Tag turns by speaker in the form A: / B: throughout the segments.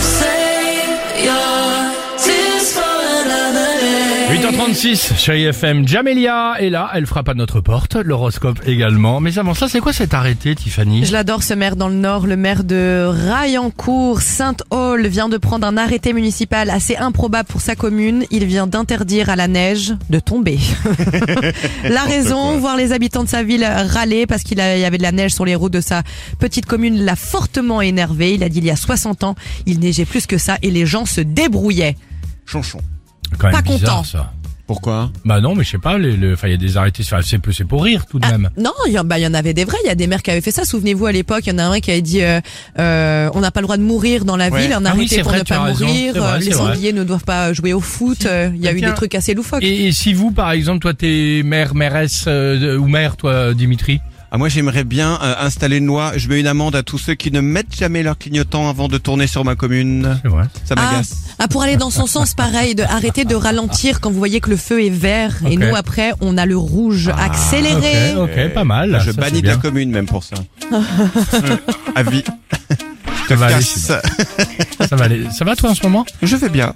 A: Save your tears for another day.
B: 8h36, chérie FM, Jamelia est là, elle frappe à notre porte, l'horoscope également. Mais avant ça, c'est quoi cet arrêté, Tiffany
C: Je l'adore ce maire dans le Nord. Le maire de Raillancourt, Sainte-Hall, vient de prendre un arrêté municipal assez improbable pour sa commune. Il vient d'interdire à la neige de tomber. la raison, voir les habitants de sa ville râler parce qu'il a- il y avait de la neige sur les routes de sa petite commune l'a fortement énervé. Il a dit il y a 60 ans, il neigeait plus que ça et les gens se débrouillaient.
D: Chanchon.
B: Quand
C: pas content.
B: ça.
D: Pourquoi
B: Bah non, mais je sais pas, les- le- enfin, il y a des arrêtés, enfin, c'est c'est pour rire tout de
C: Ah,
B: même.
C: Non, il y, en- bah, il y en avait des vrais. Il y a des maires qui avaient fait ça. Souvenez-vous à l'époque, il y en a un qui avait dit euh, euh, on n'a pas le droit de mourir dans la
D: Ouais.
C: ville, on
B: Ah
C: a
B: oui,
C: arrêté
B: c'est
C: pour
B: vrai,
C: ne
B: tu as
C: pas
B: raison.
C: mourir.
B: C'est vrai,
C: euh,
B: c'est
C: les
B: vrai.
C: sangliers ne doivent pas jouer au foot. euh, Il y a eu
B: Quelqu'un-
C: des trucs assez loufoques.
B: Et, et si vous, par exemple, toi, t'es maire, mairesse euh, de- ou maire, toi, Dimitri
D: ah, Moi j'aimerais bien euh, installer une loi, je mets une amende à tous ceux qui ne mettent jamais leur clignotant avant de tourner sur ma commune.
B: C'est vrai.
D: Ça
C: Ah,
D: m'agace.
C: ah, pour aller dans son sens, pareil, de arrêter de ralentir quand vous voyez que le feu est vert. Et
B: Ok. Ah,
C: nous, après, on a le rouge accéléré.
B: Ok, Ah. ok, pas mal.
D: Euh, je
B: ça, c'est
D: bannis ta
B: bien.
D: commune même pour ça. Avis.
B: Ça va, aller,
D: Casse.
B: ça va aller. Ça va, toi, en ce moment
D: Je vais bien.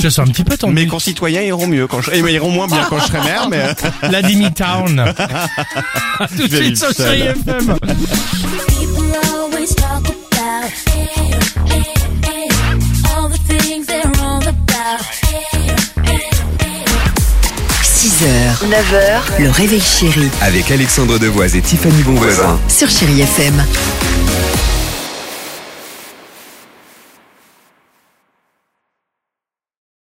B: Je sens un petit peu ton...
D: Mes concitoyens iront mieux quand je... eh, mais iront moins bien quand je serai maire, mais... euh,
B: La Dimitown. À tout de
D: vais
B: suite
D: vivre
B: sur
D: seul.
B: chérie FM.
A: People always talk about eh, eh, eh, all the things they're wrong about. Eh, eh, eh.
E: 6h, 9h, le réveil chéri
F: Avec Alexandre Devoise et Tiffany Bonvoisin.
E: sur Chéri FM.